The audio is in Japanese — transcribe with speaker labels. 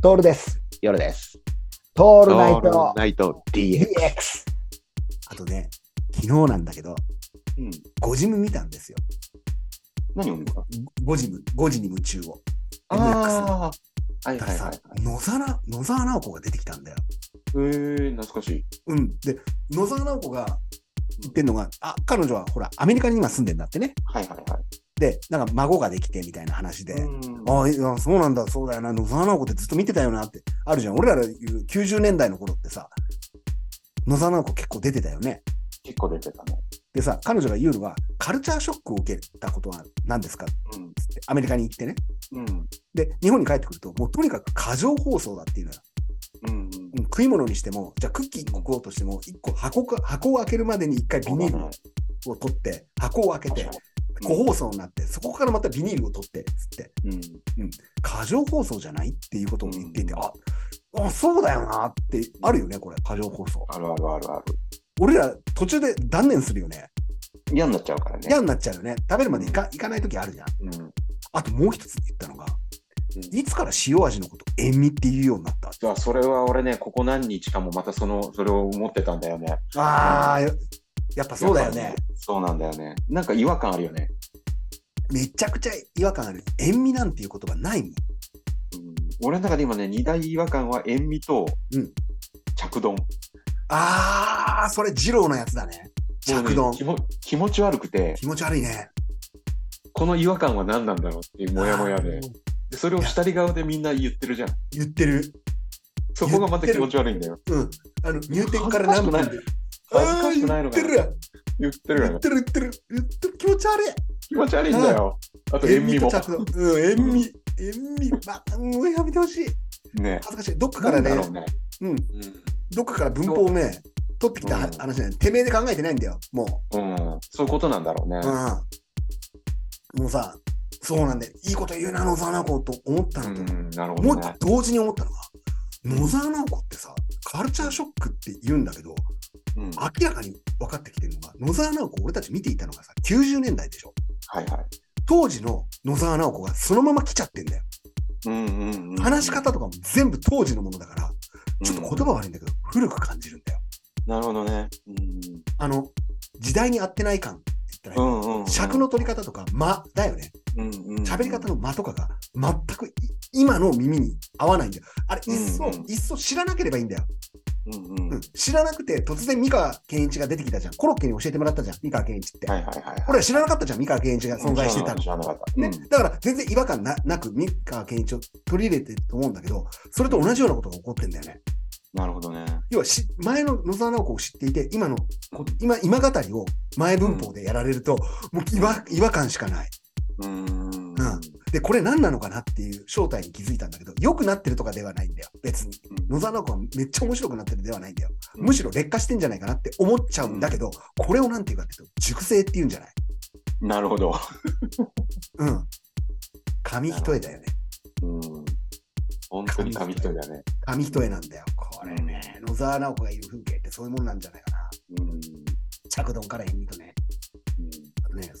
Speaker 1: トールです。
Speaker 2: 夜です。
Speaker 1: ト
Speaker 2: オ
Speaker 1: ールナイト
Speaker 2: ナイト DX。
Speaker 1: DX。
Speaker 3: あとね、昨日なんだけど、
Speaker 2: うん。
Speaker 3: 5時ム見たんですよ。
Speaker 2: 何を見るか
Speaker 3: 5時ム、5時に夢中を。
Speaker 2: ああ。は
Speaker 3: だ
Speaker 2: い
Speaker 3: か
Speaker 2: は
Speaker 3: ら
Speaker 2: い
Speaker 3: さ
Speaker 2: はい。、
Speaker 3: 野沢、野沢直子が出てきたんだよ。
Speaker 2: えー、懐かしい。
Speaker 3: うん。で、野沢直子が言ってんのが、あ、彼女はほら、アメリカに今住んでんだってね。
Speaker 2: はいはいはい。
Speaker 3: で、なんか孫ができてみたいな話で。
Speaker 2: うん
Speaker 3: ああいやそうなんだ、そうだよな、野沢直子ってずっと見てたよなって、あるじゃん。俺らの言う90年代の頃ってさ、野沢直子結構出てたよね。
Speaker 2: 結構出てたね。
Speaker 3: でさ、彼女が言うのは、カルチャーショックを受けたことは何ですかっ
Speaker 2: うん。
Speaker 3: つって、アメリカに行ってね。
Speaker 2: うん。
Speaker 3: で、日本に帰ってくると、もうとにかく過剰包装だっていうのよ。
Speaker 2: うん。
Speaker 3: うん食い物にしても、じゃあクッキー1個食おうとしても、1個箱か箱を開けるまでに1回ビニールを取って、箱を開けて、個包装になって、そこからまたビニールを取って、つって、
Speaker 2: うん。
Speaker 3: 過剰包装じゃないっていうことを言っていて、
Speaker 2: うん
Speaker 3: ああ、そうだよなって、あるよね、これ、過剰包装。
Speaker 2: あるあるあるある。
Speaker 3: 俺ら途中で断念するよね。
Speaker 2: 嫌になっちゃうからね。
Speaker 3: 嫌になっちゃうよね。食べるまでいかいかないときあるじゃん。
Speaker 2: うん。
Speaker 3: あともう一つ言ったのが、いつから塩味のこと、塩味って言うようになった
Speaker 2: じゃあ、それは俺ね、ここ何日かもまたその、それを思ってたんだよね。
Speaker 3: ああ、ややっぱそうだよ
Speaker 2: やっ
Speaker 3: ね
Speaker 2: ぱ。。そうなんだよね。なんか違和感あるよね。
Speaker 3: めちゃくちゃ違和感ある。塩味なんていう言葉ないもん。
Speaker 2: うん、俺の中で今ね、二大違和感は塩味と
Speaker 3: うん
Speaker 2: 着丼。
Speaker 3: ああ、それ二郎のやつだね。着
Speaker 2: も
Speaker 3: 丼
Speaker 2: うね。気も気持ち悪くて、
Speaker 3: 気持ち悪いね。
Speaker 2: この違和感は何なんだろうっていうモヤモヤで。
Speaker 3: あー。
Speaker 2: でそれを下り顔でみんな言ってるじゃん。
Speaker 3: 言ってる。
Speaker 2: そこがまた気持ち悪いんだよ。
Speaker 3: うん。あの、入店から何分で。
Speaker 2: 恥ずかしくないのか
Speaker 3: あー言って
Speaker 2: な
Speaker 3: る。
Speaker 2: 言ってるよ
Speaker 3: 言
Speaker 2: ね
Speaker 3: っ。てる言ってる。言ってる。気持ち悪い。
Speaker 2: 気持ち悪いんだよ。あと塩味も
Speaker 3: と。着度。うん、塩 味。塩味。まあ、もうやめてほしい。
Speaker 2: ね。
Speaker 3: 恥ずかしい。どっかから
Speaker 2: なんだろう
Speaker 3: ね、
Speaker 2: ね。
Speaker 3: うん。どっかから文法をね、取ってきた
Speaker 2: うん
Speaker 3: 話じゃない。てめえで考えてないんだよ。もう。
Speaker 2: うん。うんそういうことなんだろうね。
Speaker 3: うん、もうさ、そうなんだよ。いいこと言うな、野沢直子と思った
Speaker 2: う
Speaker 3: のと、
Speaker 2: ん。なるほ
Speaker 3: もう
Speaker 2: ど
Speaker 3: 一
Speaker 2: ね。
Speaker 3: 個同時に思ったのが、野沢直子ってさ、カルチャーショックって言うんだけど、
Speaker 2: うんはい
Speaker 3: 明らかに分かってきてるのが、野沢直子、俺たち見ていたのがさ、90年代でしょ。
Speaker 2: はい。
Speaker 3: 当時の野沢直子がそのまま来ちゃってんだよ。
Speaker 2: うんうんうん
Speaker 3: 話し方とかも全部当時のものだから、ちょっと言葉悪いんだけど、古く感じるんだよ。
Speaker 2: なるほどね。うん
Speaker 3: あの、時代に合ってない感って言った
Speaker 2: う
Speaker 3: らいい、
Speaker 2: んうんうん。
Speaker 3: 尺の取り方とか間だよね。
Speaker 2: うんうんうん
Speaker 3: 喋り方の間とかが全くい今の耳に合わないんだよ。あれ、いっそ、
Speaker 2: うんうん
Speaker 3: いっそ知らなければいいんだよ。
Speaker 2: うんうん。
Speaker 3: う
Speaker 2: は
Speaker 3: ん、知らなくて、突然、三河健一が出てきたじゃん。コロッケに教えてもらったじゃん、三河健一って。
Speaker 2: いはいはい。
Speaker 3: 俺は知らなかったじゃん、三河健一が存在してたの。
Speaker 2: 知らなかった。
Speaker 3: ね、だから全然違和感ななく三河健一を取り入れてると思うんだけど、それと同じようなことが起こってんだよね。
Speaker 2: なるほどね。
Speaker 3: 要はし前の野沢直子を知っていて、今のこ今今語りを前文法でやられると、もう違和違和感しかない。
Speaker 2: うん。
Speaker 3: で、これ何なのかなっていう正体に気づいたんだけど、良くなってるとかではないんだよ、別に。野沢直子はめっちゃ面白くなってるではないんだよ。むしろ劣化してんじゃないかなって思っちゃうんだけど、これをなんていうかっていうと、熟成っていうんじゃない
Speaker 2: なるほど。
Speaker 3: うん。紙一重だよね。
Speaker 2: うん。本当に紙一重だね。
Speaker 3: 紙一重なんだよ。これね、野沢直子がいる風景ってそういうもんなんじゃないかな。
Speaker 2: うん。
Speaker 3: 着丼から塩味とね。
Speaker 2: うん
Speaker 3: あとね、